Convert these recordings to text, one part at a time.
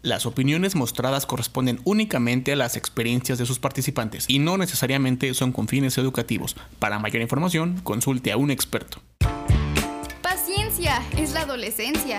Las opiniones mostradas corresponden únicamente a las experiencias de sus participantes y no necesariamente son con fines educativos. Para mayor información, consulte a un experto. Paciencia, es la adolescencia.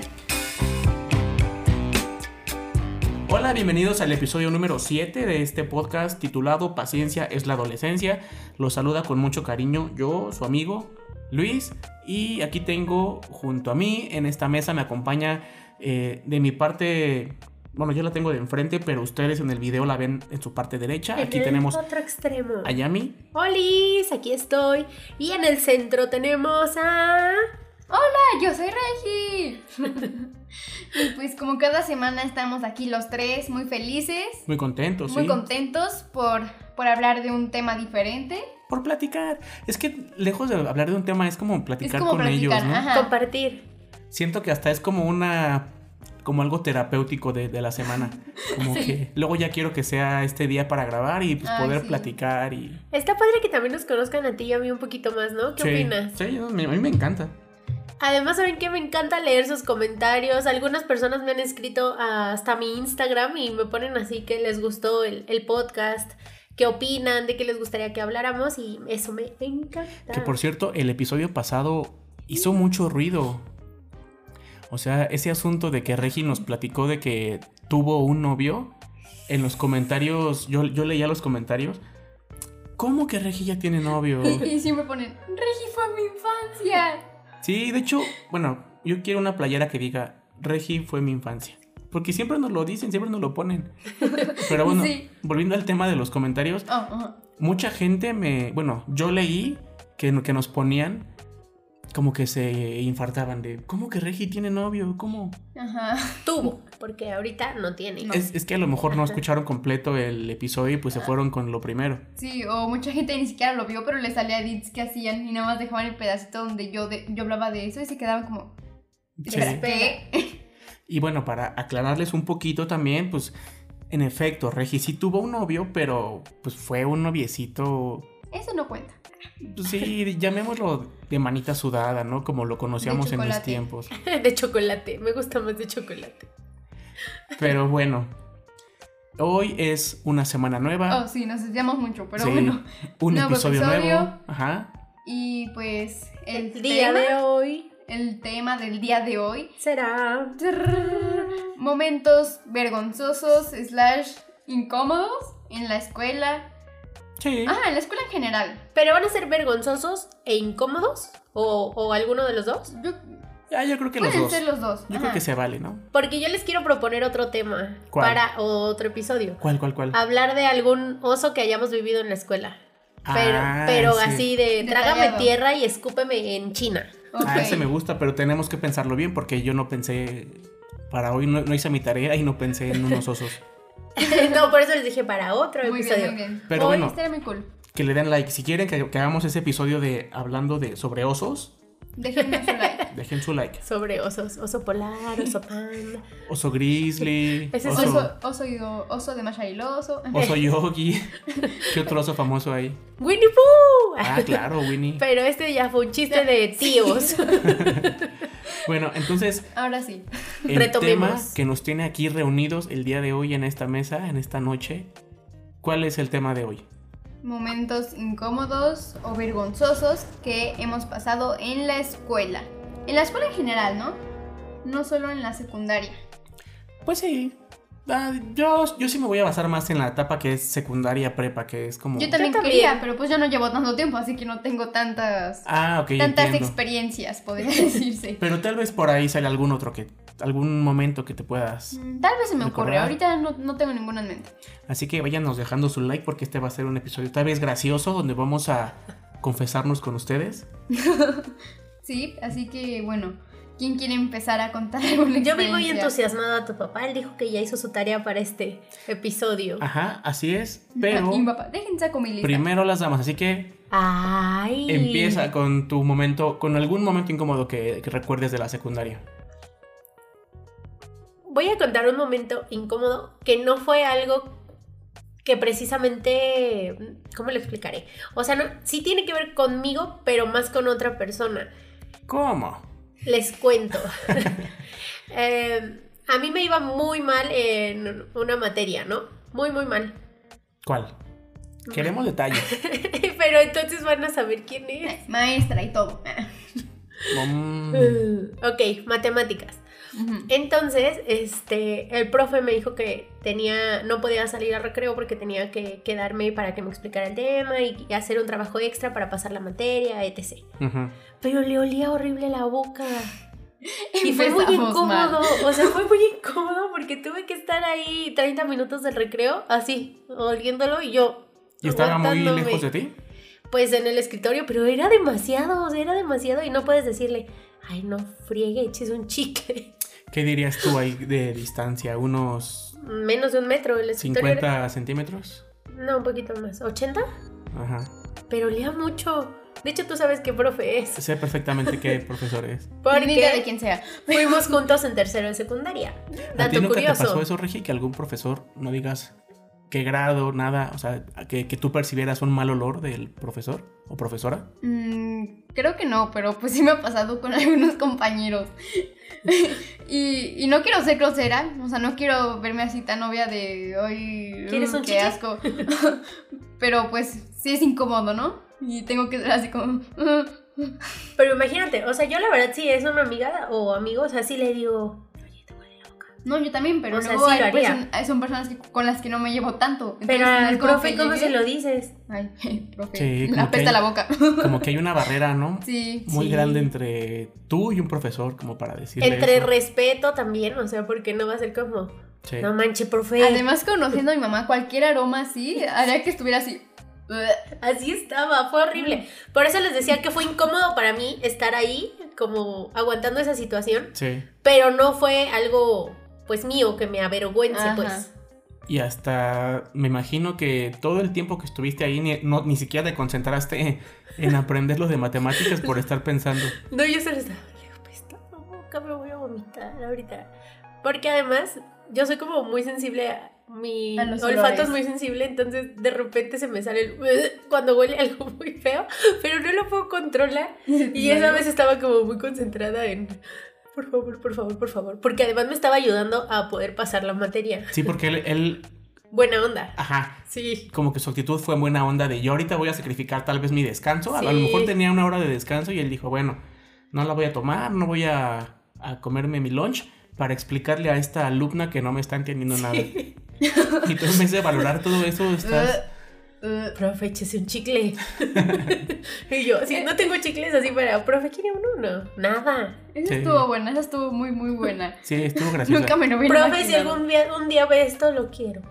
Hola, bienvenidos al episodio número 7 de este podcast titulado Paciencia es la adolescencia. Los saluda con mucho cariño yo, su amigo Luis, y aquí tengo junto a mí, en esta mesa me acompaña eh, de mi parte, bueno, yo la tengo de enfrente, pero ustedes en el video la ven en su parte derecha. Aquí En el tenemos Otro extremo. a Yami. ¡Holis! Aquí estoy. Y en el centro tenemos a. Hola, Ah, yo soy Regi. y pues como cada semana estamos aquí los tres muy felices, Muy contentos, muy Pues sí. contentos por, por hablar de un tema diferente. Por platicar. Es que lejos de hablar de un tema, es como platicar como con platicar, ellos, ¿no? ajá. Compartir. Siento que hasta es como una. como algo terapéutico de, de la semana. Como que luego ya quiero que sea este día para grabar y pues, Ay, poder sí. platicar y. Está padre que también nos conozcan a ti y a mí un poquito más, ¿no? ¿Qué Sí, opinas? Sí, yo- me- a mí me encanta. Además, saben que me encanta leer sus comentarios. Algunas personas me han escrito hasta mi Instagram y me ponen así que les gustó el, el podcast, que opinan, de que les gustaría que habláramos y eso me encanta. Que por cierto, el episodio pasado hizo mucho ruido. O sea, ese asunto de que Regi nos platicó de que tuvo un novio. En los comentarios, yo, yo leía los comentarios. ¿Cómo que Regi ya tiene novio? Y siempre ponen, Regi fue mi infancia. Sí, de hecho, bueno, yo quiero una playera que diga, Regi fue mi infancia. Porque siempre nos lo dicen, siempre nos lo ponen. Pero bueno, Sí. volviendo al tema de los comentarios, Oh, oh. mucha gente me, bueno, yo leí que, que nos ponían como que se infartaban de, ¿cómo que Regi tiene novio? ¿Cómo? Ajá. Tuvo, porque ahorita no tiene. No. Ah. Es, es que a lo mejor no escucharon completo el episodio y pues se fueron con lo primero. Sí, o mucha gente ni siquiera lo vio, pero le salía edits que hacían y nada más dejaban el pedacito donde yo, de- yo hablaba de eso y se quedaban como, Sí. "Espera, ¿qué?". Y bueno, para aclararles un poquito también, pues en efecto, Regi sí tuvo un novio, pero pues fue un noviecito Eso no cuenta. Pues Sí, llamémoslo de manita sudada, ¿no? Como lo conocíamos en mis chocolate. tiempos. De chocolate, me gusta más de chocolate. Pero bueno, hoy es una semana nueva, Oh, sí, nos desviamos mucho, pero Ah. Sí. bueno. un nuevo episodio, episodio. nuevo. Ajá. Y pues el, El día tema, de hoy el tema del día de hoy. será Momentos vergonzosos slash incómodos en la escuela. Sí. Ah, en la escuela en general. ¿Pero van a ser vergonzosos e incómodos? ¿O, o alguno de los dos? Yo- Ah, yo creo que los pueden dos. ser los dos. Ah. Yo ajá. creo que se vale, ¿no? Porque yo les quiero proponer otro tema ¿Cuál? para otro episodio. ¿Cuál, cuál, cuál? Ah, Hablar de algún oso que hayamos vivido en la escuela. Pero, Ah, pero sí. así de Detallado. trágame tierra y escúpeme en China. Ok. Ah, ese me gusta, pero tenemos que pensarlo bien porque yo no pensé. Para hoy no, no hice mi tarea y no pensé en unos osos. no, por eso les dije para otro Muy bien, episodio. muy bien. Pero Oh, bueno. este era muy cool. Que le den like. Si quieren que, que hagamos ese episodio de hablando de sobre osos, Déjenme su like. dejen su like. Sobre osos, oso polar, oso panda. Oso grizzly. Ese es Oso, oso, y do- oso de Mashailoso. Oso Yogi. ¿Qué otro oso famoso hay? Winnie Pooh. Ah, claro, Winnie. Pero este ya fue un chiste de tíos. Bueno, entonces, Ahora sí. el Retomemos. tema que nos tiene aquí reunidos el día de hoy en esta mesa, en esta noche, ¿cuál es el tema de hoy? Momentos incómodos o vergonzosos que hemos pasado en la escuela. En la escuela en general, ¿no? No solo en la secundaria. Pues sí. ah, yo, yo sí me voy a basar más en la etapa que es secundaria prepa, que es como. Yo también, Yo también. quería, pero pues yo no llevo tanto tiempo, así que no tengo tantas Ah, ok, tantas entiendo. experiencias, podría decirse. Pero tal vez por ahí sale algún otro que. algún momento que te puedas. Mm, Tal vez se me ocurre, Recordar. ahorita no, no tengo ninguna en mente. Así que váyanos dejando su like porque este va a ser un episodio tal vez gracioso donde vamos a confesarnos con ustedes. Sí, así que bueno, ¿quién quiere empezar a contar alguna Yo vi muy experiencia? entusiasmada a tu papá. Él dijo que ya hizo su tarea para este episodio. Ajá, así es. Ah, Pero. y mi papá, déjenme saco mi lista. Primero las damas, así que Ay. empieza con tu momento, con algún momento incómodo que, que recuerdes de la secundaria. Voy a contar un momento incómodo que no fue algo que precisamente. ¿Cómo lo explicaré? O sea, no, sí tiene que ver conmigo, pero más con otra persona. ¿Cómo? Les cuento. Eh, A mí me iba muy mal en una materia, ¿no? Muy, muy mal. ¿Cuál? Queremos detalles. Pero entonces van a saber quién es. Maestra y todo. Ah. Mm, ok, matemáticas. Ujú. Entonces, este, el profe me dijo que tenía, no podía salir al recreo porque tenía que quedarme para que me explicara el tema y, y hacer un trabajo extra para pasar la materia, etc. ujú. Pero le olía horrible la boca. Y fue muy Empezamos incómodo, mal. o sea, fue muy incómodo porque tuve que estar ahí 30 minutos del recreo, así, oliéndolo y yo. ¿Y estaba muy aguantándome, lejos de ti? Pues en el escritorio, pero era demasiado, o sea, era demasiado y no puedes decirle, ay, no friegue, eches un chicle. ¿Qué dirías tú ahí de distancia? ¿Unos Menos de un metro, el escritorio. era- 50 centímetros? No, un poquito más, 80, Ajá. pero olía mucho. De hecho, tú sabes qué profe es. Sé perfectamente qué profesor es. Ni idea de Porque quién sea. fuimos juntos en tercero de secundaria. ¿A ti Dato nunca te pasó curioso. eso, Regi? Que algún profesor no digas qué grado, nada, o sea, que, que tú percibieras un mal olor del profesor o profesora. Mm, creo que no, pero pues sí me ha pasado con algunos compañeros. y, y no quiero ser grosera, o sea, no quiero verme así tan obvia de hoy. ¿Quieres un qué chicle?" asco. pero pues sí es incómodo, ¿no? Y tengo que ser así como. Pero imagínate, o sea, yo la verdad sí es una amiga o amigo, o sea, sí le digo, oye, te huele la boca. No, yo también, pero O sea, luego sí lo hay haría. person- son personas que- con las que no me llevo tanto. Entonces, Pero no es al como profe, que ¿cómo se llegue- lo dices? Ay, profe, Sí, la como que apesta hay- la boca. Como que hay una barrera, ¿no? sí. Muy Sí. grande entre tú y un profesor, como para decirle. Entre eso. respeto también, o sea, porque no va a ser como, Sí. no manche, profe. Además, conociendo a mi mamá, cualquier aroma así haría que estuviera así. Así estaba, fue horrible. Por eso les decía que fue incómodo para mí estar ahí, como aguantando esa situación. Sí. pero no fue algo pues mío que me avergüence Ajá. pues Y hasta me imagino que todo el tiempo que estuviste ahí ni, no- ni siquiera te concentraste en aprender los de matemáticas por estar pensando. no yo se lo estaba le digo, "Pues, está la boca me voy a vomitar ahorita porque además yo soy como muy sensible a mi A los olfato olores. es muy sensible entonces de repente se me sale el cuando huele algo muy feo pero no lo puedo controlar y esa vez estaba como muy concentrada en por favor por favor por favor porque además me estaba ayudando a poder pasar la materia Sí, porque él, él, buena onda ajá, sí como que su actitud fue buena onda de yo ahorita voy a sacrificar tal vez mi descanso. A, a lo Sí. mejor tenía una hora de descanso y él dijo, bueno, no la voy a tomar, no voy a, a comerme mi lunch para explicarle a esta alumna que no me está entendiendo nada. Y tú en vez de valorar todo eso, estás... Uh, profe, échese un chicle. y yo, si no tengo chicles así para, profe, ¿quiere uno? No, nada. esa Sí. estuvo buena, esa estuvo muy, muy buena. Sí, estuvo graciosa. Nunca me lo hubiera Profe, si imaginado. algún día, un día ve esto, lo quiero.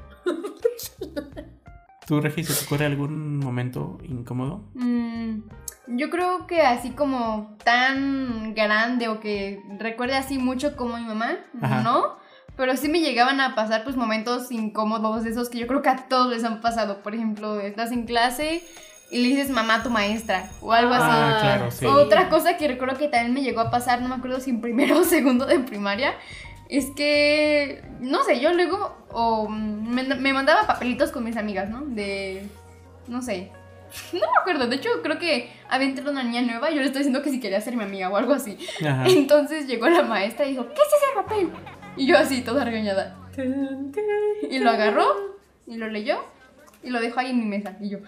¿Tú, Regi, se te ocurre algún momento incómodo? Mm, yo creo que así como tan grande o que recuerde así mucho como mi mamá, Ajá. ¿no? Pero sí me llegaban a pasar pues momentos incómodos de esos que yo creo que a todos les han pasado. Por ejemplo, estás en clase y le dices mamá a tu maestra o algo así. Ah, claro, Este, sí. Otra cosa que recuerdo que también me llegó a pasar, no me acuerdo si en primero o segundo de primaria, es que, no sé, yo luego o, mm, me, me mandaba papelitos con mis amigas, ¿no? De, no sé, no me acuerdo, de hecho creo que había entrado una niña nueva y yo le estoy diciendo que si quería ser mi amiga o algo así. Ajá. Entonces llegó la maestra y dijo, ¿qué es ese papel? Y yo así, toda regañada. Y lo agarró y lo leyó y lo dejó ahí en mi mesa. Y yo,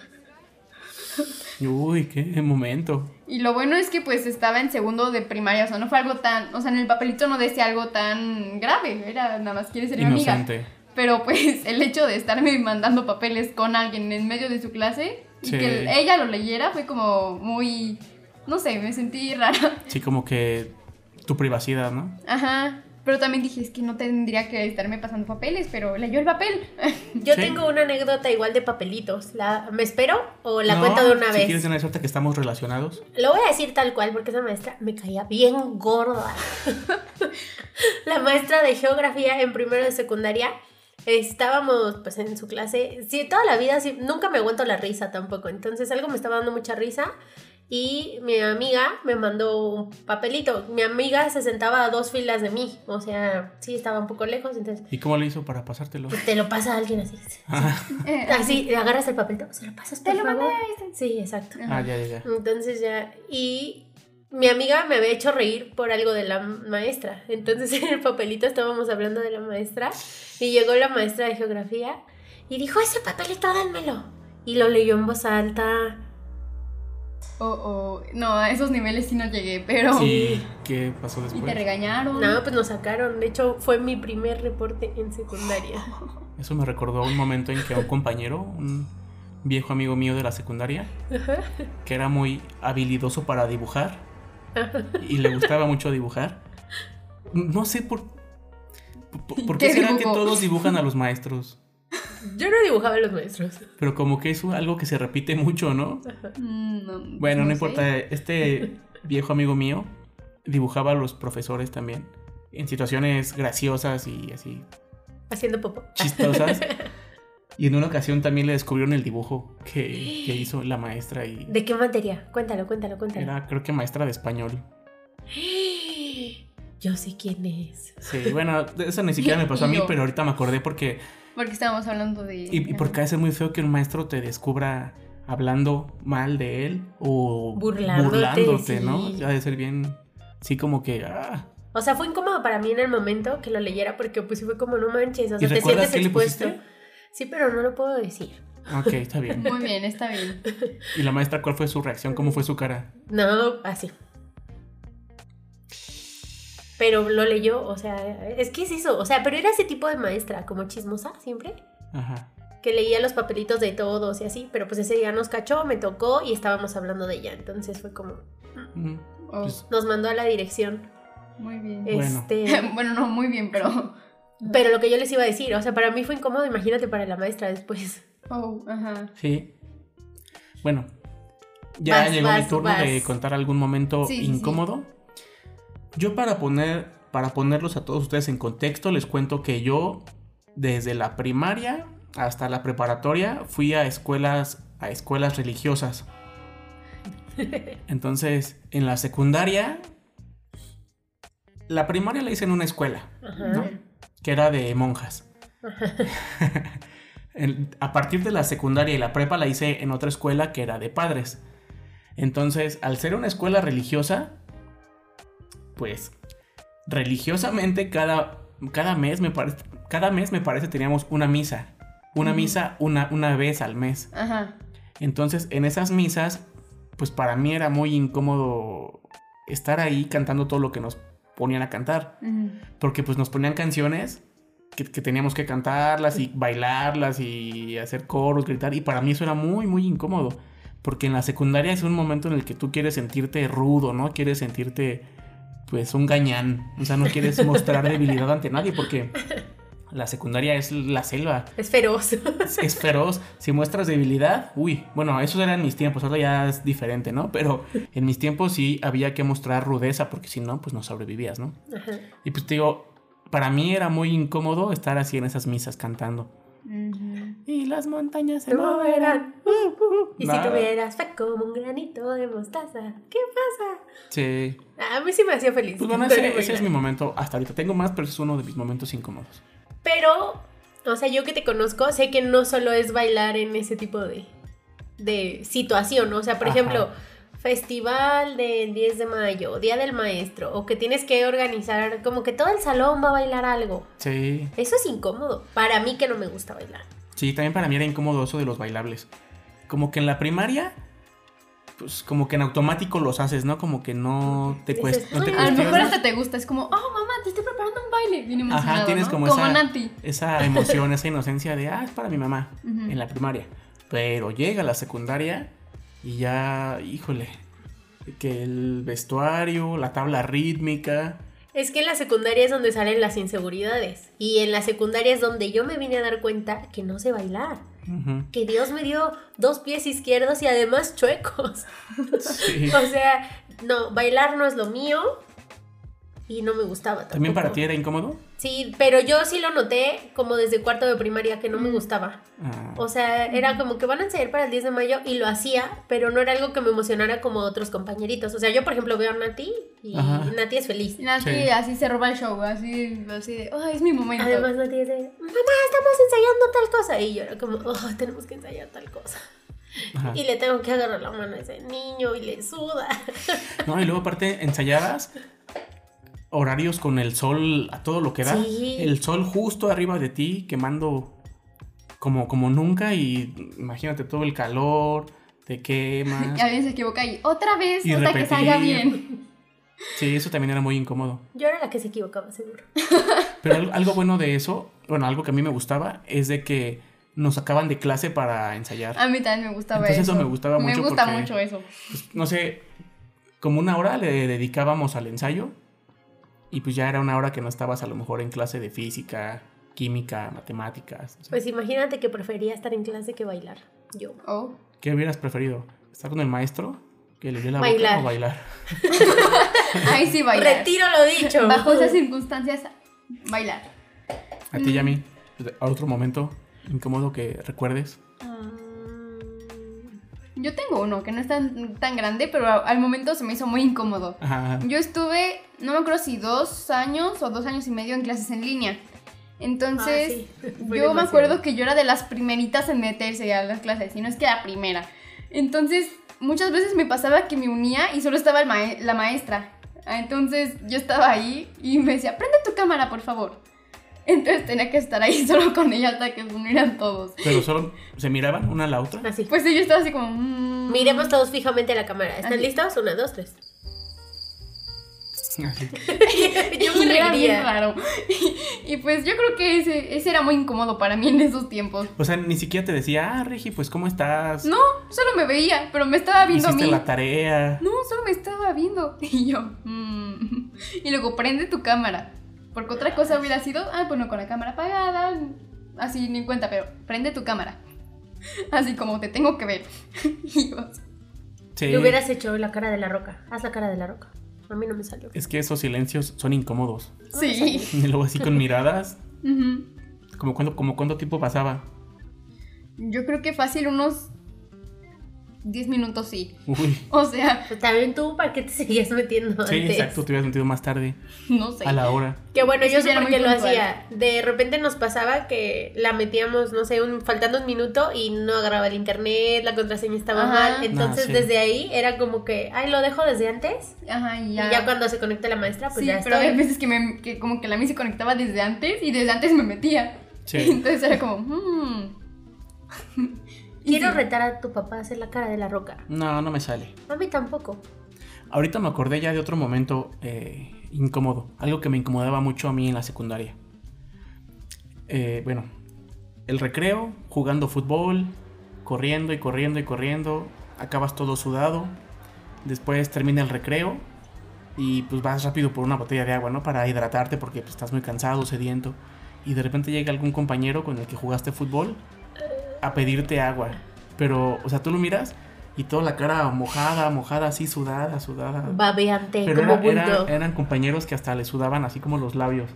Uy, qué momento. Y lo bueno es que pues estaba en segundo de primaria, o sea, no fue algo tan, o sea, en el papelito no decía algo tan grave, era nada más quiere ser mi amiga. Inocente. Pero pues el hecho de estarme mandando papeles con alguien en medio de su clase y Sí. que ella lo leyera fue como muy, no sé, me sentí rara. Sí, como que tu privacidad, ¿no? Ajá. Pero también dije, es que no tendría que estarme pasando papeles, pero leyó el papel. Yo Sí. tengo una anécdota igual de papelitos. La, ¿Me espero o la No, cuento de una Si quieres vez? de una suerte que estamos relacionados. Lo voy a decir tal cual porque esa maestra me caía bien gorda. la maestra de geografía en primero de secundaria. Estábamos pues en su clase, sí, toda la vida, sí, nunca me aguanto la risa tampoco, entonces algo me estaba dando mucha risa y mi amiga me mandó un papelito, mi amiga se sentaba a dos filas de mí, o sea, sí, estaba un poco lejos, entonces ¿Y cómo le hizo para pasártelo? pues, te lo pasa a alguien así, Ah, Eh, así, agarras el papelito, se lo pasas, Te por lo favor. mandé. Sí, exacto. ah, ya, ya, ya. Entonces ya, y mi amiga me había hecho reír por algo de la maestra. Entonces en el papelito estábamos hablando de la maestra y llegó la maestra de geografía y dijo, ese papelito dánmelo. Y lo leyó en voz alta. Oh, oh. No, a esos niveles sí no llegué, pero. Sí, ¿qué pasó Y después? te regañaron. No, pues nos sacaron. De hecho, fue mi primer reporte en secundaria. Eso me recordó un momento en que a un compañero, un viejo amigo mío de la secundaria, que era muy habilidoso para dibujar y le gustaba mucho dibujar. No sé por, por, por qué, ¿Qué será que dibujó? todos dibujan a los maestros, Yo no dibujaba a los maestros. pero como que es algo que se repite mucho, ¿no? Mm, no, Bueno, no, sé. importa, este viejo amigo mío dibujaba a los profesores también en situaciones graciosas y así Haciendo popo. chistosas. Y en una ocasión también le descubrieron el dibujo que, que hizo la maestra y ¿De qué materia? Cuéntalo, cuéntalo, cuéntalo. era creo que maestra de español. Yo sé quién es. Sí, bueno, eso ni siquiera me pasó a mí, Y yo. pero ahorita me acordé porque... Porque estábamos hablando de. Y, y porque a veces es muy feo que un maestro te descubra hablando mal de él o Burlándote, burlándote, ¿no? sí. Ya de ser bien... Sí, como que... ah. O sea, fue incómodo para mí en el momento que lo leyera porque pues sí fue como, no manches, o ¿Y sea, te recuerdas sientes qué le expuesto. pusiste? Sí, pero no lo puedo decir. Ok, está bien. Muy bien, está bien. ¿Y la maestra cuál fue su reacción? ¿Cómo fue su cara? No, así. Pero lo leyó, o sea, es que es eso, o sea, pero era ese tipo de maestra, como chismosa siempre, Ajá. que leía los papelitos de todos y así, pero pues ese día nos cachó, me tocó y estábamos hablando de ella, entonces fue como, Mm, Oh, pues, nos mandó a la dirección, muy bien. Eh. Bueno. este, bueno, no, muy bien, pero. pero lo que yo les iba a decir, o sea, para mí fue incómodo, imagínate para la maestra después. Oh, ajá. sí. Bueno. Ya Vas, llegó mi vas, turno de vas. contar algún momento Sí, sí, sí. incómodo. Yo para poner, para ponerlos a todos ustedes en contexto, les cuento que yo desde la primaria hasta la preparatoria fui a escuelas, a escuelas religiosas. Entonces, en la secundaria, la primaria la hice en una escuela. Ajá. ¿no? que era de monjas. En- a partir de la secundaria y la prepa la hice en otra escuela que era de padres. Entonces, al ser una escuela religiosa, pues religiosamente cada, cada mes me parece cada mes me parece teníamos una misa. Una Ujú. misa una, una vez al mes. Ajá. Entonces, en esas misas, pues para mí era muy incómodo estar ahí cantando todo lo que nos ponían a cantar Ujú. porque pues nos ponían canciones que, que teníamos que cantarlas y bailarlas y hacer coros, gritar, y para mí eso era muy, muy incómodo, porque en la secundaria es un momento en el que tú quieres sentirte rudo, ¿no? Quieres sentirte pues un gañán, o sea, no quieres mostrar debilidad ante nadie, porque la secundaria es la selva, Es feroz. es, es feroz, si muestras debilidad, uy, bueno, eso eran mis tiempos, ahora ya es diferente, ¿no? Pero en mis tiempos sí había que mostrar rudeza, porque si no, pues no sobrevivías, ¿no? Ajá. Y pues te digo, para mí era muy incómodo estar así en esas misas cantando. Ujú. Y las montañas se Se moverán. moverán. Uh, uh. Y Nada. si tuvieras fe como un granito de mostaza, ¿qué pasa? Sí. Ah, A mí sí me hacía feliz. Pues bueno, ese, ese es mi momento hasta ahorita. Tengo más, pero ese es uno de mis momentos incómodos. Pero, o sea, yo que te conozco, sé que no solo es bailar en ese tipo de, de situación, ¿no? o sea, por Ajá. ejemplo, festival del 10 de mayo, Día del Maestro, o que tienes que organizar, como que todo el salón va a bailar algo. Sí. Eso es incómodo. Para mí que no me gusta bailar. Sí, también para mí era incómodo eso de los bailables. Como que en la primaria, pues como que en automático los haces, ¿no? Como que no te, Dices, cuesta, Este, no te "Ay, A lo mejor cuestionas hasta te gusta, es como, oh mamá, te estoy preparando un baile. Bien Ajá, emocionado, tienes ¿no? como esa- Nati. esa emoción, esa inocencia de, ah, es para mi mamá. Ujú. en la primaria. Pero llega a la secundaria y ya, híjole, que el vestuario, la tabla rítmica. Es que en la secundaria es donde salen las inseguridades. Y en la secundaria es donde yo me vine a dar cuenta que no sé bailar. ujú, Que Dios me dio dos pies izquierdos y además chuecos. sí. O sea, no, bailar no es lo mío. Y no me gustaba ¿También para ti tampoco. era incómodo? Sí, pero yo sí lo noté como desde cuarto de primaria que no me gustaba. Ah, O sea, era como que van a ensayar para el 10 de mayo y lo hacía, pero no era algo que me emocionara como otros compañeritos. O sea, yo por ejemplo veo a Nati y Ajá. Nati es feliz. Nati Sí. así se roba el show, así, así de, oh, es mi momento. Además Nati dice, mamá, estamos ensayando tal cosa. Y yo era como, oh, tenemos que ensayar tal cosa. Ajá. Y le tengo que agarrar la mano a ese niño y le suda. No, y luego aparte ensayadas, horarios con el sol a todo lo que da. Sí. El sol justo arriba de ti, quemando como, como nunca y imagínate todo el calor, te quemas. Y a veces se equivoca y otra vez Y hasta que salga repetir. bien. Sí, eso también era muy incómodo. Yo era la que se equivocaba, seguro. Pero al- algo bueno de eso, bueno, algo que a mí me gustaba es de que nos sacaban de clase para ensayar. Ah. A mí también me gustaba Entonces eso. eso me gustaba Me mucho gusta porque- mucho eso. no sé, como una hora le dedicábamos al ensayo y pues ya era una hora que no estabas a lo mejor en clase de física, química, matemáticas. O sea, Pues imagínate que prefería estar en clase que bailar. Yo. Oh. ¿Qué hubieras preferido? ¿Estar con el maestro? ¿Que le dio la Bailar. boca o bailar? Ahí sí bailar. Retiro lo dicho. Bajo esas circunstancias, bailar. A ti y a mí. Pues, A otro momento incómodo que recuerdes. Ah, Mm, Yo tengo uno que no es tan, tan grande, pero a- al momento se me hizo muy incómodo. Ajá. Yo estuve, no me acuerdo si dos años o dos años y medio en clases en línea. Entonces, Ah, sí. Fue yo demasiado. me acuerdo que yo era de las primeritas en meterse a las clases, y no es que la primera. Entonces, muchas veces me pasaba que me unía y solo estaba el mae- la maestra. Ah, Entonces, yo estaba ahí y me decía, prende tu cámara, por favor. Entonces tenía que estar ahí solo con ella hasta que se unieran todos. Pero solo se miraban una a la otra. Así. Pues sí, yo estaba así como... "Mm". Miremos todos fijamente a la cámara. ¿Están Así. listos? Una, dos, tres. Así. Yo me Y era bien reiría. raro. Y, y pues yo creo que ese, ese era muy incómodo para mí en esos tiempos. O sea, ni siquiera te decía, ah, Regi, pues ¿cómo estás? No, solo me veía, pero me estaba viendo a Hiciste mí. la tarea. No, solo me estaba viendo. Y yo, mm. Y luego, prende tu cámara. Porque otra cosa hubiera sido, ah, bueno, con la cámara apagada, así ni en cuenta, pero prende tu cámara. Así como te tengo que ver. Y yo, Sí. Le hubieras hecho la cara de la roca. Haz la cara de la roca. A mí no me salió. Es que esos silencios son incómodos. sí. Y luego así con miradas. Ujú. Como cuánto, como cuánto tiempo pasaba. Yo creo que fácil unos 10 minutos sí. Uy. O sea, Pues también tú, ¿para qué te seguías metiendo Sí, antes? exacto, te hubieras mentido más tarde, no sé. a la hora. Que bueno, Es yo que sé ya era por muy qué lo puntual. hacía. De repente nos pasaba que la metíamos, no sé, un, faltando un minuto y no agarraba el internet, la contraseña estaba Ajá. mal. Entonces, Ah, sí. desde ahí era como que, ay, lo dejo desde antes. Ajá, y ya. Y ya cuando se conecta la maestra, pues sí, ya pero estoy. hay veces que, me, que como que la mía se conectaba desde antes y desde antes me metía. Sí. Entonces era como, hmm. Y Quiero sí. retar a tu papá a hacer la cara de la roca. No, no me sale. A mí tampoco. Ahorita me acordé ya de otro momento eh, incómodo. Algo que me incomodaba mucho a mí en la secundaria. Eh, bueno, el recreo, jugando fútbol, corriendo y corriendo y corriendo. Acabas todo sudado. Después termina el recreo. Y pues vas rápido por una botella de agua, ¿no? Para hidratarte porque pues, estás muy cansado, sediento. Y de repente llega algún compañero con el que jugaste fútbol a pedirte agua. Pero, o sea, tú lo miras y toda la cara mojada, mojada, así sudada, sudada. Babeante, Ah. Pero como era- era- bulldog. eran compañeros que hasta le sudaban así como los labios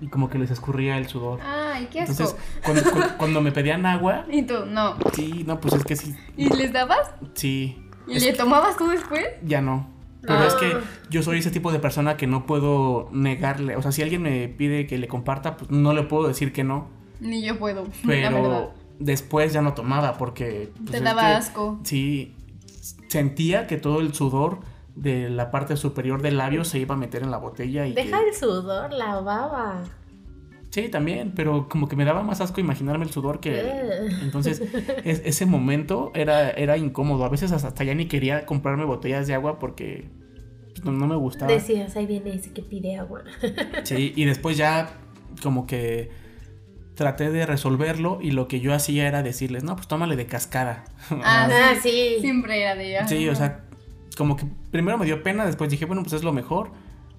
y como que les escurría el sudor. Ay, qué asco. Entonces, cuando, cu- cuando me pedían agua, y tú, no. sí, no, pues es que sí, ¿Y les dabas? sí, ¿Y Es le tomabas tú después? ya no. Pero Ah. es que yo soy ese tipo de persona que no puedo negarle. O sea, si alguien me pide que le comparta, pues no le puedo decir que no. Ni yo puedo. la verdad. Pero después ya no tomaba porque... pues, Te es daba que- asco. Sí, sentía que todo el sudor de la parte superior del labio se iba a meter en la botella y... Deja que- el sudor, la baba. Sí, también, pero como que me daba más asco imaginarme el sudor que... Eh. Entonces, es- ese momento era, era incómodo. A veces hasta, hasta ya ni quería comprarme botellas de agua porque pues, no, no me gustaba. Decías, ahí viene ese que pide agua. Sí, y después ya como que traté de resolverlo y lo que yo hacía era decirles, no, pues tómale de cascada. Ah, Ah, sí. sí. Siempre era de ella. Sí, o sea, como que primero me dio pena, después dije, bueno, pues es lo mejor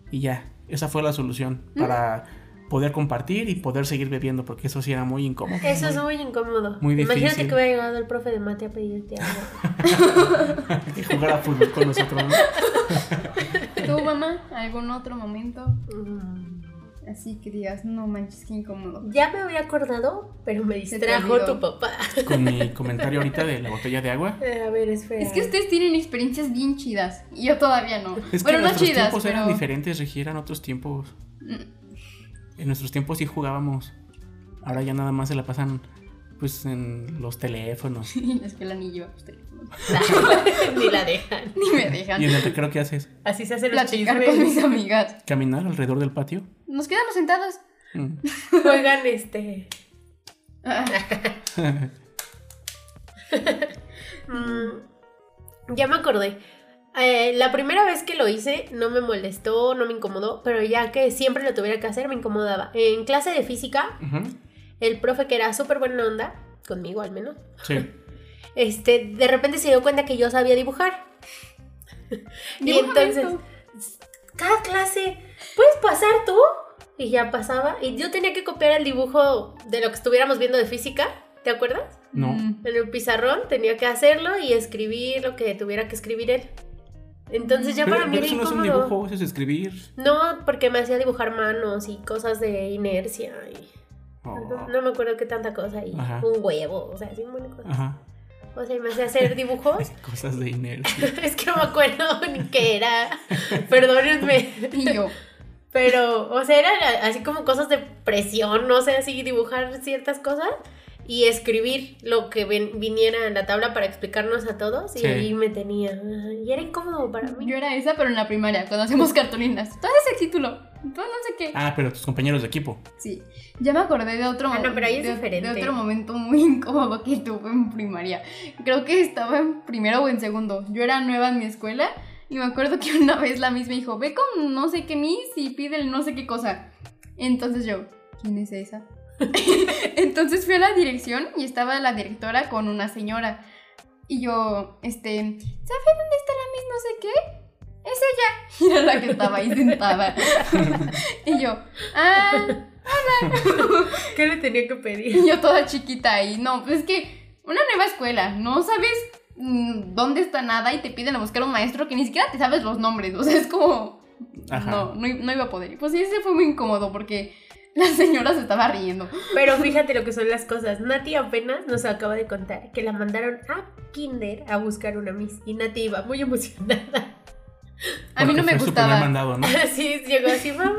y ya, esa fue la solución para poder compartir y poder seguir bebiendo, porque eso sí era muy incómodo. Eso es muy incómodo. Muy difícil. Imagínate que hubiera llegado el profe de mate a pedirte agua. Que jugar a fútbol con nosotros, ¿no? ¿Tú, mamá, algún otro momento? Mm. Así que digas, no manches, qué incómodo. ya me había acordado, pero me Se te distrajo olvidó. tu papá. Con mi comentario ahorita de la botella de agua. Eh, A ver, espera. Es que ustedes tienen experiencias bien chidas y yo todavía no. Es que bueno, no nuestros chidas, tiempos pero eran diferentes, Regi, eran otros tiempos. Mm. En nuestros tiempos sí jugábamos. Ahora ya nada más se la pasan pues en los teléfonos. es que la ni lleva los teléfonos. Ni la dejan. Ni me dejan Y en el recreo, ¿qué haces? Así se hacen los platicar con mis chismes. amigas. ¿Caminar alrededor del patio? Nos quedamos sentadas. Mm. Juegan este. Ah, Mm, ya me acordé. Eh, la primera vez que lo hice no me molestó, no me incomodó, pero ya que siempre lo tuviera que hacer me incomodaba. En clase de física, Ujú. el profe que era súper buena onda, conmigo al menos, Sí. este, de repente se dio cuenta que yo sabía dibujar. y Dibújame entonces, esto. cada clase, ¿puedes pasar tú? Y ya pasaba. Y yo tenía que copiar el dibujo de lo que estuviéramos viendo de física, ¿te acuerdas? No. Mm. En el pizarrón tenía que hacerlo y escribir lo que tuviera que escribir él. Entonces ya Pero- para mí pero eso era no es un incómodo. dibujo, eso es escribir. No, porque me hacía dibujar manos y cosas de inercia y Oh. no me acuerdo qué tanta cosa y Ajá. Ah. un huevo, o sea, así un buen de cosas. Oh. Ajá. O sea, me hacía hacer dibujos. Cosas de inercia. es que no me acuerdo ni qué era. Perdónenme. Y yo, Pero, o sea, eran así como cosas de presión, no sé, así dibujar ciertas cosas y escribir lo que ven- viniera en la tabla para explicarnos a todos. Y Sí. ahí me tenía. ah, Y era incómodo para mí. yo era esa, pero en la primaria, cuando hacemos cartulinas. Todo ese título. Todo no sé qué. Ah, pero tus compañeros de equipo. Sí, ya me acordé de otro, Ah, no, pero ahí es de- diferente. de otro momento muy incómodo que tuve en primaria. Creo que estaba en primero o en segundo. Yo era nueva en mi escuela y me acuerdo que una vez la misma dijo, ve con no sé qué miss y pídele no sé qué cosa. Entonces yo, ¿quién es esa? Entonces fui a la dirección y estaba la directora con una señora. Y yo, este, ¿sabe dónde está la miss no sé qué? Es ella. Y era la que estaba ahí sentada. y yo, ah, ¿Qué le tenía que pedir? y yo toda chiquita y no, pues es que una nueva escuela, no sabes mm, dónde está nada y te piden a buscar un maestro que ni siquiera te sabes los nombres, o sea, es como... Ajá. No, no, i- no iba a poder. Y Pues sí, se fue muy incómodo porque la señora se estaba riendo. Pero fíjate lo que son las cosas. Nati apenas nos acaba de contar que la mandaron a Kinder a buscar una Miss. Y Nati iba muy emocionada. A mí Porque no me fue su primer gustaba. mandado, ¿no? Así llegó así, mamá,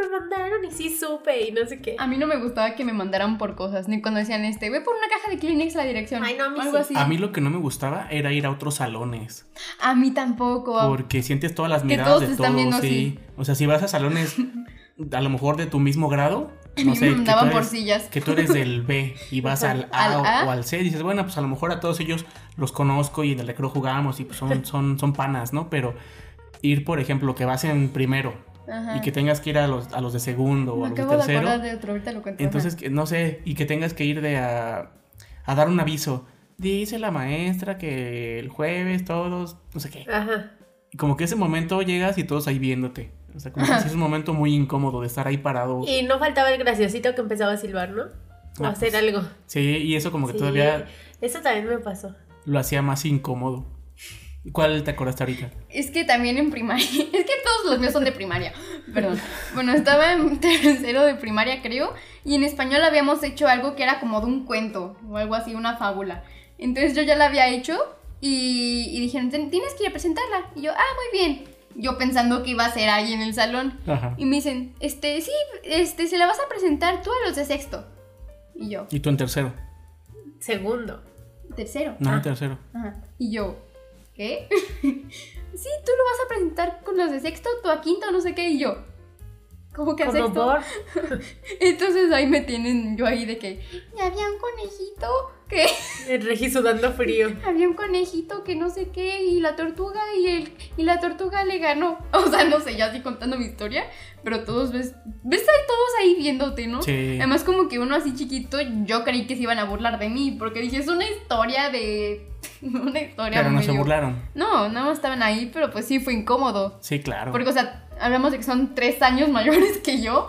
me mandaron y sí supe y no sé qué. A mí no me gustaba que me mandaran por cosas, ni cuando decían este, ve por una caja de Kleenex a la dirección. Ay, no, a mí o algo así. A mí lo que no me gustaba era ir a otros salones. A mí tampoco. a- Porque sientes todas las Que miradas todos de te están todos, viendo sí. así. O sea, si vas a salones a lo mejor de tu mismo grado, A no mí sé, me que tú, mandaban por eres, sillas. que tú eres del B y vas Ajá. al A, ¿Al o- A? o al C, dices, bueno, pues a lo mejor a todos ellos los conozco y en el recreo jugamos y pues son, son, son panas, ¿no? Pero ir, por ejemplo, que vas en primero Ajá. y que tengas que ir a los, a los de segundo o Ah. me a los de acabo de tercero, acordar de otro, ahorita lo cuento. entonces, que- no sé, y que tengas que ir de a, a dar un aviso. Dice la maestra que el jueves todos, no sé qué. Ajá. Y como que ese momento llegas y todos ahí viéndote. O sea, como que sí es un momento muy incómodo de estar ahí parado. Y no faltaba el graciosito que empezaba a silbar, ¿no? O Ah, hacer pues, algo. Sí, y eso como que Sí. todavía Eso también me pasó. lo hacía más incómodo. ¿Cuál te acordaste ahorita? Es que también en primaria, es que todos los míos son de primaria, perdón. Bueno, estaba en tercero de primaria creo, y en español habíamos hecho algo que era como de un cuento o algo así, una fábula. Entonces yo ya la había hecho y, y dijeron, "Ten- tienes que ir a presentarla. Y yo, ah, muy bien. Yo pensando que iba a ser ahí en el salón. Ajá. Y me dicen, este, sí, este, se la vas a presentar tú a los de sexto. Y yo, Y tú en tercero. Segundo. tercero. No, Ah. en tercero. Ajá. Y yo, ¿qué? sí, tú lo vas a presentar con los de sexto, tú a quinto, no sé qué, y yo. ¿Cómo que a Como sexto? por. Entonces ahí me tienen yo ahí de que, y había un conejito que, El Regi sudando frío. había un conejito que no sé qué, y la tortuga, y el, y la tortuga le ganó. O sea, no sé, ya así contando mi historia, pero todos ves, ves a todos ahí viéndote, ¿no? Sí. Además, como que uno así chiquito, yo creí que se iban a burlar de mí, porque dije, es una historia de. Una historia Pero no se medio- burlaron. no, nada más estaban ahí, pero pues sí fue incómodo. Sí, claro. Porque, o sea, hablamos de que son tres años mayores que yo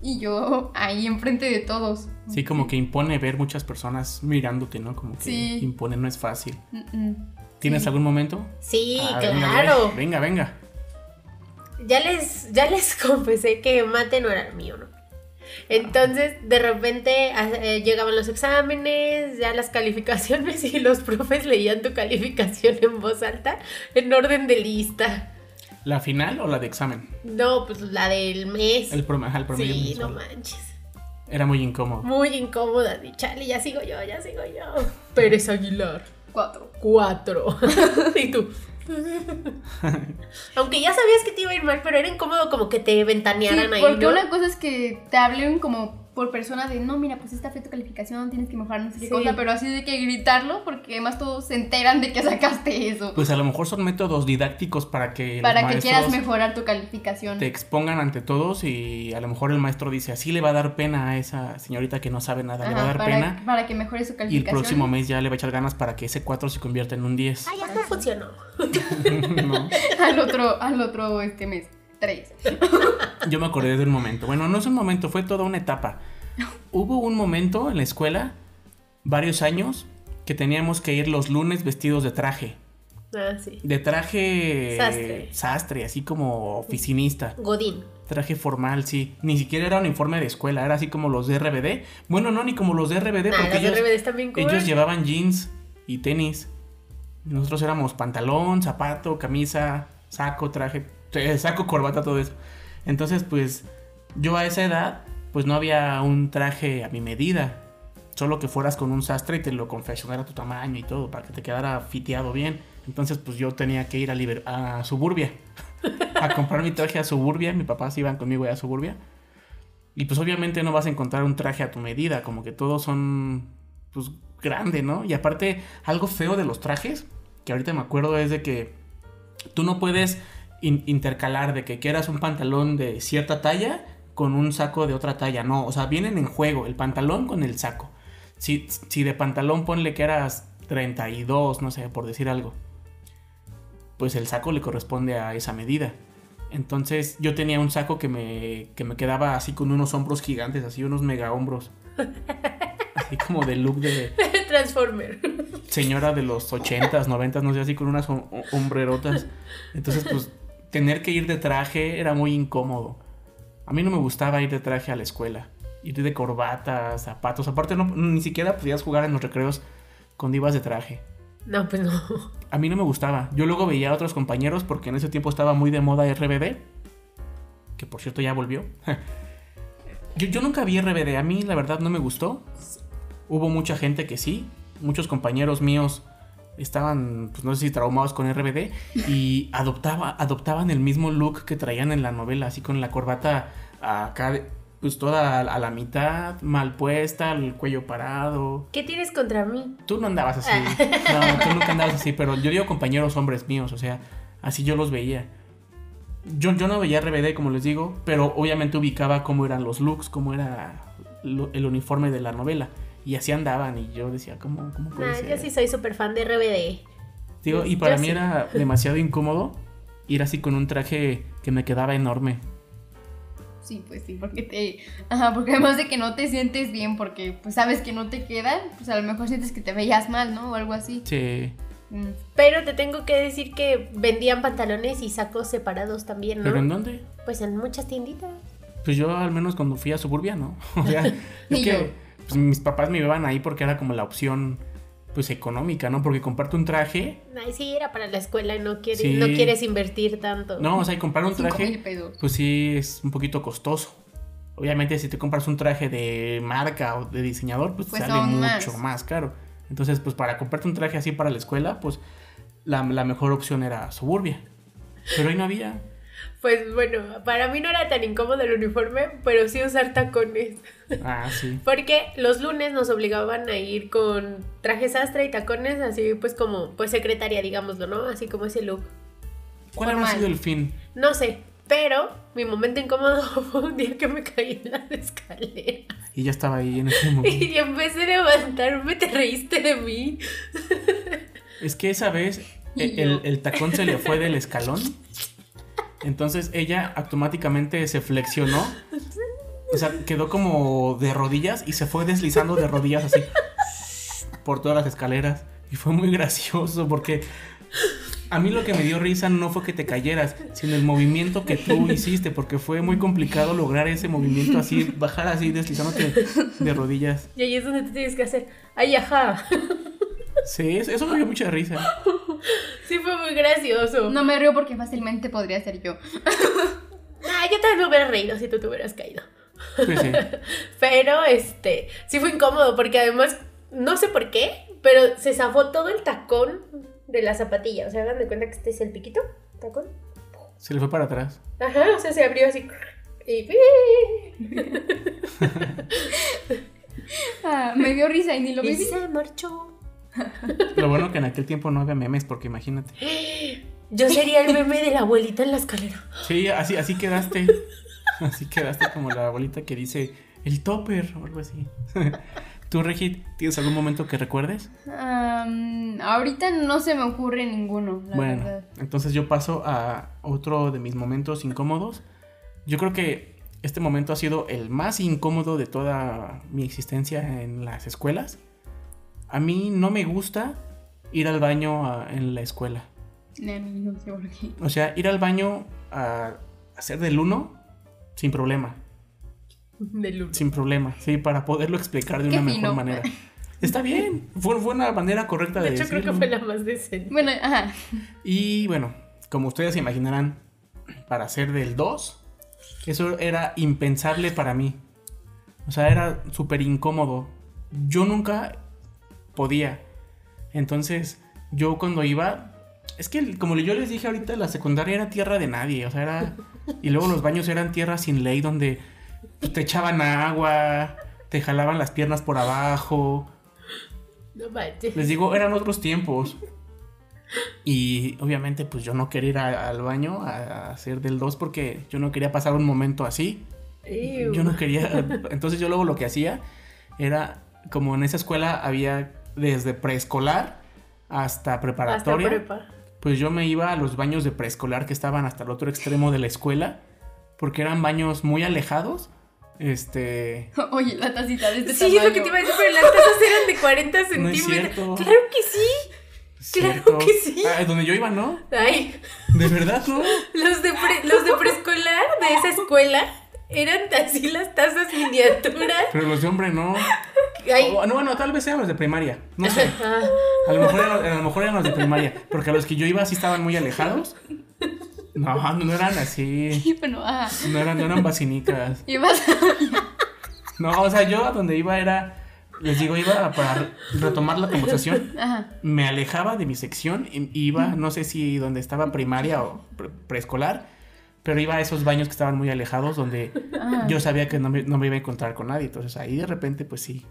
y yo ahí enfrente de todos. Sí, como que impone ver muchas personas mirándote, ¿no? Como que Sí. impone, no es fácil. Mm-mm. ¿Tienes Sí. algún momento? Sí, Ah, venga, claro. Venga, venga. Ya les, ya les confesé que mate no era el mío, ¿no? Entonces, de repente a- eh, llegaban los exámenes, ya las calificaciones y los profes leían tu calificación en voz alta, en orden de lista. ¿La final o la de examen? No, pues la del mes. El, prom- ajá, el promedio. sí, no mensual. manches. Era muy incómodo. Muy incómoda. Y chale, ya sigo yo, ya sigo yo. Pérez Aguilar, Cuatro. cuatro. y tú. Aunque ya sabías que te iba a ir mal, pero era incómodo como que te Sí, ventanearan ahí. porque ¿no? una cosa es que te hablen como por persona de no, mira, pues esta fue tu calificación, tienes que mejorar no sé qué Sí. cosa, pero así de que gritarlo, porque además todos se enteran de que sacaste eso. Pues a lo mejor son métodos didácticos para que los para que quieras maestros mejorar tu calificación. te expongan ante todos y a lo mejor el maestro dice, así le va a dar pena a esa señorita que no sabe nada, le va a Ajá, dar para, pena para que mejore su y el calificación. próximo mes ya le va a echar ganas para que ese 4 se convierta en un 10. Ay, Ah, ya no funcionó. ¿no? al otro, al otro este mes. Tres. Yo me acordé de un momento. Bueno, no es un momento, fue toda una etapa. Hubo un momento en la escuela, varios años, que teníamos que ir los lunes vestidos de traje. Ah, sí. De traje Sastre. sastre, así como oficinista. Godín. Traje formal, sí. Ni siquiera era uniforme de escuela, era así como los de RBD. Bueno, no, ni como los de RBD, porque Nah, Ah, los ellos, RBDs también cool. ellos llevaban jeans y tenis. Nosotros éramos pantalón, zapato, camisa, saco, traje, eh, saco, corbata, todo eso. Entonces, pues yo a esa edad, pues no había un traje a mi medida. Solo que fueras con un sastre y te lo confeccionara a tu tamaño y todo, para que te quedara fiteado bien. Entonces, pues yo tenía que ir a, Liber- a Suburbia, a comprar mi traje a Suburbia. Mis papás iban conmigo a Suburbia. Y pues obviamente no vas a encontrar un traje a tu medida, como que todos son pues grande, ¿no? Y aparte, algo feo de los trajes, que ahorita me acuerdo es de que tú no puedes in- intercalar de que quieras un pantalón de cierta talla con un saco de otra talla, no, o sea, vienen en juego el pantalón con el saco. Si, si de pantalón ponle que eras 32, no sé, por decir algo, pues el saco le corresponde a esa medida. Entonces yo tenía un saco que me, que me quedaba así con unos hombros gigantes, así unos mega hombros. Así como de look de, Transformer. señora de los 80s, 90s, no sé, así con unas hom- hombrerotas. Entonces, pues, tener que ir de traje era muy incómodo. A mí no me gustaba ir de traje a la escuela. Ir de corbata, zapatos. Aparte, no, ni siquiera podías jugar en los recreos con divas de traje. No, pues no. A mí no me gustaba. Yo luego veía a otros compañeros porque en ese tiempo estaba muy de moda RBD. Que por cierto ya volvió. yo, yo nunca vi RBD. A mí la verdad no me gustó. Hubo mucha gente que sí. Muchos compañeros míos estaban, pues no sé si traumados con RBD. Y adoptaba, adoptaban el mismo look que traían en la novela. Así con la corbata acá, de- pues toda a la mitad, mal puesta, el cuello parado. ¿Qué tienes contra mí? Tú no andabas así. Ah. No, tú nunca andabas así, pero yo digo compañeros hombres míos, o sea, así yo los veía. Yo, yo no veía RBD, como les digo, pero obviamente ubicaba cómo eran los looks, cómo era lo- el uniforme de la novela. Y así andaban, y yo decía, ¿cómo, cómo puede Nah, ser? Ah, yo sí soy súper fan de RBD. Digo, y yo para mí sí. era demasiado incómodo ir así con un traje que me quedaba enorme. Sí, pues sí, porque te. Ajá, porque además de que no te sientes bien, porque pues sabes que no te queda, pues a lo mejor sientes que te veías mal, ¿no? O algo así. Sí, Mm. Pero te tengo que decir que vendían pantalones y sacos separados también, ¿no? ¿Pero en dónde? Pues en muchas tienditas. Pues yo al menos cuando fui a Suburbia, ¿no? O sea, es Ni yo. que pues, mis papás me llevaban ahí porque era como la opción pues económica, ¿no? Porque comprarte un traje, Ay, sí, era para la escuela y no quieres, Sí. no quieres invertir tanto. no, o sea, y comprar un Cinco mil traje pesos. pues sí es un poquito costoso. Obviamente si te compras un traje de marca o de diseñador, pues, te Pues sale aún mucho más. más caro. Entonces, pues para comprarte un traje así para la escuela, pues la, la mejor opción era Suburbia. Pero ahí no había. Pues bueno, para mí no era tan incómodo el uniforme, pero sí usar tacones. Ah, sí. Porque los lunes nos obligaban a ir con trajes astra y tacones, así pues como, pues secretaria, digámoslo, ¿no? Así como ese look. ¿Cuál habrá Formal. sido el fin? No sé, pero mi momento incómodo fue un día que me caí en las escaleras Y ya estaba ahí en ese momento. y empecé a levantarme, te reíste de mí. Es que esa vez Y e- yo. el, el tacón se le fue del escalón. Entonces ella automáticamente se flexionó. O sea, quedó como de rodillas y se fue deslizando de rodillas así por todas las escaleras. Y fue muy gracioso porque a mí lo que me dio risa no fue que te cayeras, sino el movimiento que tú hiciste, porque fue muy complicado lograr ese movimiento así, bajar así, deslizándote de rodillas. Y ahí es donde te tienes que hacer, ay, ajá. Sí, eso eso me dio mucha risa. Sí fue muy gracioso. No me río porque fácilmente podría ser yo. Ah, yo también me hubiera reído si tú te hubieras caído. Sí, Pues sí. Pero este, sí fue incómodo porque además, no sé por qué, pero se zafó todo el tacón de la zapatilla. O sea, hagan de cuenta que este es el piquito, tacón. Se le fue para atrás. Ajá, o sea, se abrió así. Y Ah, me dio risa y ni lo y vi. se marchó. Lo bueno que en aquel tiempo no había memes, porque imagínate. Yo sería el meme de la abuelita en la escalera. Sí, así, así quedaste. Así quedaste como la abuelita que dice el topper o algo así. ¿Tú, Regit, tienes algún momento que recuerdes? Am, ahorita no se me ocurre ninguno, la bueno, verdad. entonces yo paso a otro de mis momentos incómodos. Yo creo que este momento ha sido el más incómodo de toda mi existencia en las escuelas. A mí no me gusta ir al baño a- en la escuela. Nah, no sé por qué. O sea, ir al baño a hacer del uno sin problema. De luz. Sin problema, sí, para poderlo explicar de Qué una fino. mejor manera. Está bien, fue, fue una manera correcta de, De hecho, creo que decirlo. fue la más decente. Bueno, ajá. Y bueno, como ustedes se imaginarán, para ser del 2, eso era impensable para mí. O sea, era súper incómodo. Yo nunca podía. Entonces, yo cuando iba... Es que, como yo les dije ahorita, la secundaria era tierra de nadie. O sea, era... Y luego los baños eran tierra sin ley, donde te echaban agua, te jalaban las piernas por abajo. No manches. Les digo, eran otros tiempos. Y obviamente, pues yo no quería ir a- al baño a, a hacer del 2 porque yo no quería pasar un momento así. Ew. Yo no quería. Entonces, yo luego lo que hacía era como en esa escuela había desde preescolar hasta Hasta preparatoria. prepa. Pues yo me iba a los baños de preescolar que estaban hasta el otro extremo de la escuela porque eran baños muy alejados. Este. Oye, la tacita de este Sí, es lo que te iba a decir, pero las tazas eran de 40 No es centímetros. cierto. claro que sí. Claro cierto. que sí. Ah, donde yo iba, ¿no? Ay, De verdad, ¿no? los de, pre- los de preescolar de esa escuela eran así las tazas miniaturas. Pero los de hombre no. Ay, O- no, bueno, tal vez eran los de primaria. No sé. ah, A lo mejor eran, a lo mejor eran los de primaria. Porque a los que yo iba sí estaban muy alejados. No, no eran así. Bueno, ajá. No eran, no eran vacinicas. Ibas No, o sea, yo a donde iba era. Les digo, iba para re- retomar la conversación. Ajá. Me alejaba de mi sección y y iba, no sé si donde estaba primaria o pre- preescolar, pero iba a esos baños que estaban muy alejados donde Ah. Ajá. yo sabía que no me, no me iba a encontrar con nadie. Entonces ahí de repente, pues sí,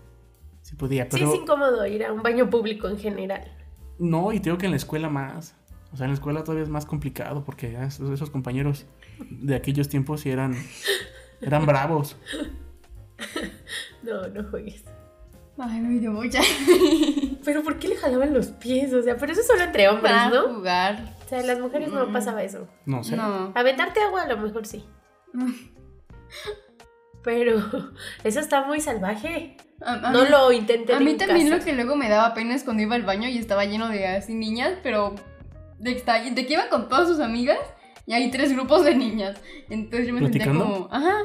sí podía. sí, Pero es incómodo ir a un baño público en general. No, y te digo que en la escuela más. O sea, en la escuela todavía es más complicado porque ya esos, esos compañeros de aquellos tiempos sí eran, eran bravos. No, no juegues. Ay, no me dio mucha. Pero ¿por qué le jalaban los pies? O sea, pero eso es solo entre hombres, Para ¿no? Mm. jugar. O sea, las mujeres no pasaba eso. No sé. No. Aventarte agua a lo mejor sí. Pero eso está muy salvaje. A, a No mí- lo intenté. a mí también lo que luego me daba pena es cuando iba al baño y estaba lleno de así niñas, pero de, que estaba- de que iba con todas sus amigas y hay tres grupos de niñas. Entonces yo me sentía ¿Platicando? como, ajá.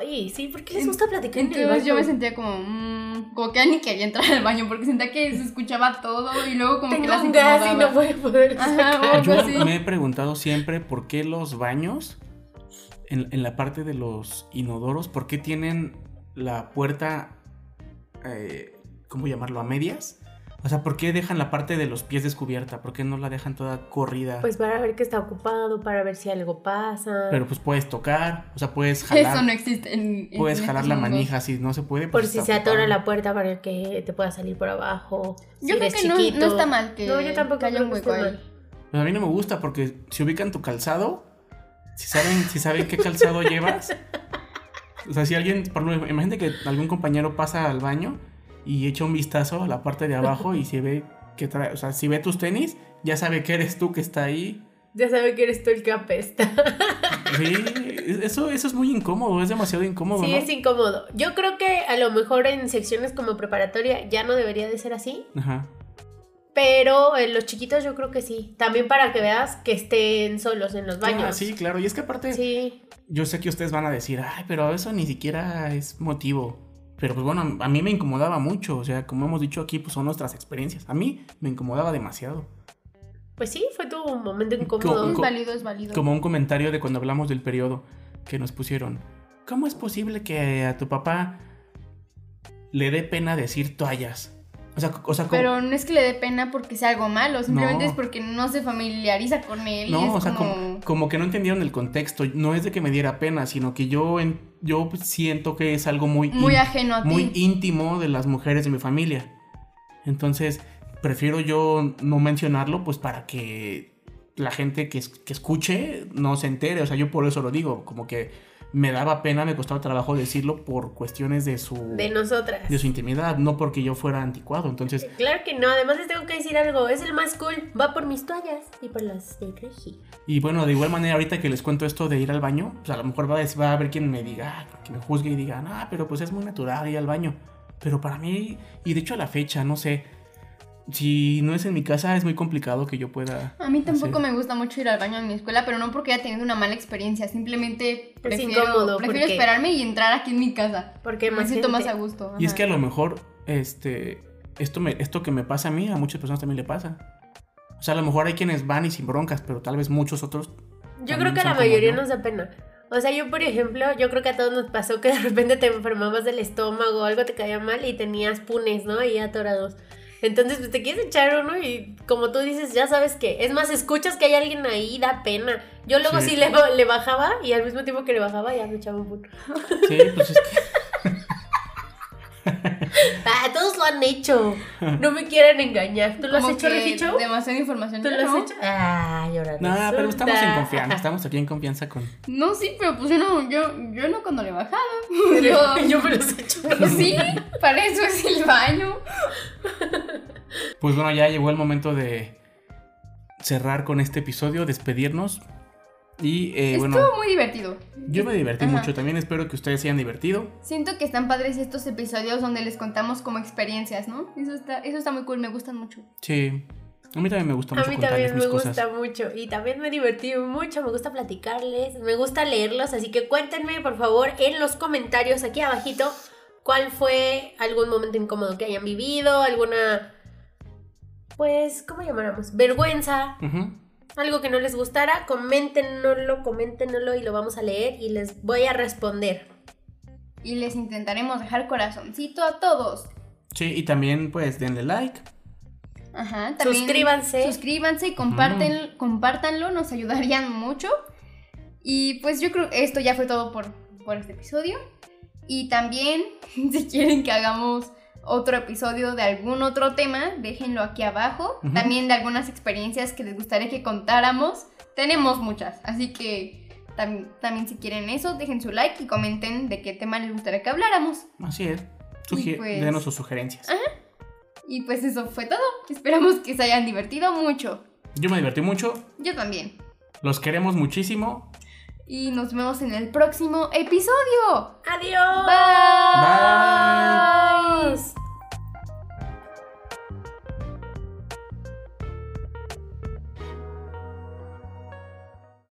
Ay, sí, ¿por qué les gusta platicar en el Entonces yo me baño? sentía como, mmm, como que ya ni quería entrar al baño porque sentía que se escuchaba todo y luego como que Tengo las un gas y no incomodaba. voy a poder Ajá, o sacar. algo Ah, Yo así. me he preguntado siempre por qué los baños en, en la parte de los inodoros, ¿por qué tienen la puerta, eh, ¿cómo llamarlo? A medias. O sea, ¿por qué dejan la parte de los pies descubierta? ¿Por qué no la dejan toda corrida? Pues para ver que está ocupado, para ver si algo pasa. Pero pues puedes tocar, o sea, puedes jalar. Eso no existe en, en- Puedes en jalar estos la mundos. manija si no se puede. por pues si está se atora ocupado. la puerta para que te pueda salir por abajo. si Yo creo eres que no, chiquito. no está mal que No, yo tampoco que haya creo un que hueco esté ahí. mal. Pues a mí no me gusta porque si ubican tu calzado, si saben, si saben qué calzado llevas. O sea, si alguien, por ejemplo, imagínate que algún compañero pasa al baño y echa un vistazo a la parte de abajo y si ve que trae, o sea, si ve tus tenis, ya sabe que eres tú que está ahí. Ya sabe que eres tú el que apesta. Sí, eso, eso es muy incómodo, es demasiado incómodo, Sí, ¿no? es incómodo. Yo creo que a lo mejor en secciones como preparatoria ya no debería de ser así, Ajá. pero en los chiquitos yo creo que sí. También para que veas que estén solos en los baños. Ah, sí, claro. Y es que aparte, Sí. yo sé que ustedes van a decir, ay, pero eso ni siquiera es motivo. Pero pues bueno, a mí me incomodaba mucho. O sea, como hemos dicho aquí, pues son nuestras experiencias. A mí me incomodaba demasiado. Pues sí, fue tu momento Co- incómodo. Es co- válido, es válido. Como un comentario de cuando hablamos del periodo que nos pusieron. ¿Cómo es posible que a tu papá le dé pena decir toallas? O sea, o sea ¿cómo? Pero no es que le dé pena porque sea algo malo, simplemente No. es porque no se familiariza con él. y No, es o sea, como... como, como que no entendieron el contexto. No es de que me diera pena, sino que yo, en- yo siento que es algo muy, muy ín- ajeno a ti. muy íntimo de las mujeres de mi familia. Entonces, prefiero yo no mencionarlo, pues para que la gente que, es- que escuche no se entere. O sea, yo por eso lo digo, como que me daba pena, me costaba trabajo decirlo por cuestiones de su, de nosotras. de su intimidad, no porque yo fuera anticuado. Entonces, Claro que no, además les tengo que decir algo, es el más cool, va por mis toallas y por las de Craigie. Y bueno, de igual manera, ahorita que les cuento esto de ir al baño, pues a lo mejor va a, decir- va a haber quien me diga, ah, que me juzgue y diga, ah, pero pues es muy natural ir al baño. Pero para mí, y de hecho a la fecha, no sé, si no es en mi casa, es muy complicado que yo pueda. A mí tampoco Sí. me gusta mucho ir al baño en mi escuela, pero no porque haya tenido una mala experiencia, simplemente prefiero, incómodo, prefiero porque- esperarme y entrar aquí en mi casa. Porque Me más siento gente. más a gusto. Y es ajá. que a lo mejor, este, esto, me, esto que me pasa a mí, a muchas personas también le pasa. O sea, a lo mejor hay quienes van y sin broncas, pero tal vez muchos otros. Yo También creo que a la son como mayoría yo. nos da pena. O sea, yo por ejemplo, yo creo que a todos nos pasó que de repente te enfermabas del estómago, algo te caía mal y tenías punes, ¿no? Ahí atorados. Entonces, pues te quieres echar uno y como tú dices, ya sabes que. Es más, escuchas que hay alguien ahí, da pena. Yo luego sí, Sí. le, ba- le bajaba y al mismo tiempo que le bajaba ya me echaba un pun. Sí, pues es que. Ah, todos lo han hecho. No me quieren engañar. ¿Tú lo has Como hecho, que Reficho? Demasiada información. ¿Tú yo lo has no. hecho? Ah, llorando. No, pero estamos en confianza, estamos aquí en confianza con. No, sí, pero pues yo no, yo, yo no cuando le bajaba. Yo, Yo, yo me los he hecho. pues sí, para eso es el baño. Pues bueno, ya llegó el momento de cerrar con este episodio, despedirnos. Y eh, bueno, Estuvo muy divertido. yo me divertí Ajá. mucho también, espero que ustedes se hayan divertido. Siento que están padres estos episodios donde les contamos como experiencias, ¿no? Eso está, eso está muy cool, me gustan mucho. Sí, a mí también me gusta A mucho mí contarles también mis me cosas. gusta mucho y también me divertí mucho, me gusta platicarles, me gusta leerlos, así que cuéntenme por favor en los comentarios aquí abajito cuál fue algún momento incómodo que hayan vivido, alguna, pues, ¿cómo llamáramos? Vergüenza, Ujú. algo que no les gustara, coméntenoslo, coméntenoslo y lo vamos a leer y les voy a responder. Y les intentaremos dejar corazoncito a todos. Sí, y también pues denle like. Ajá, también. Suscríbanse. Suscríbanse y comparten, compártanlo, nos ayudarían mucho. Y pues yo creo que esto ya fue todo por, por este episodio. Y también, si quieren que hagamos otro episodio de algún otro tema, déjenlo aquí abajo. Ujú. También de algunas experiencias que les gustaría que contáramos. Tenemos muchas, así que tam- también si quieren eso, dejen su like y comenten de qué tema les gustaría que habláramos. Así es. Sugi- Y, pues, Denos sus sugerencias. Y pues eso fue todo. Esperamos que se hayan divertido mucho. Yo me divertí mucho, Yo también. los queremos muchísimo. Y nos vemos en el próximo episodio. Adiós. Bye. Bye. Bye.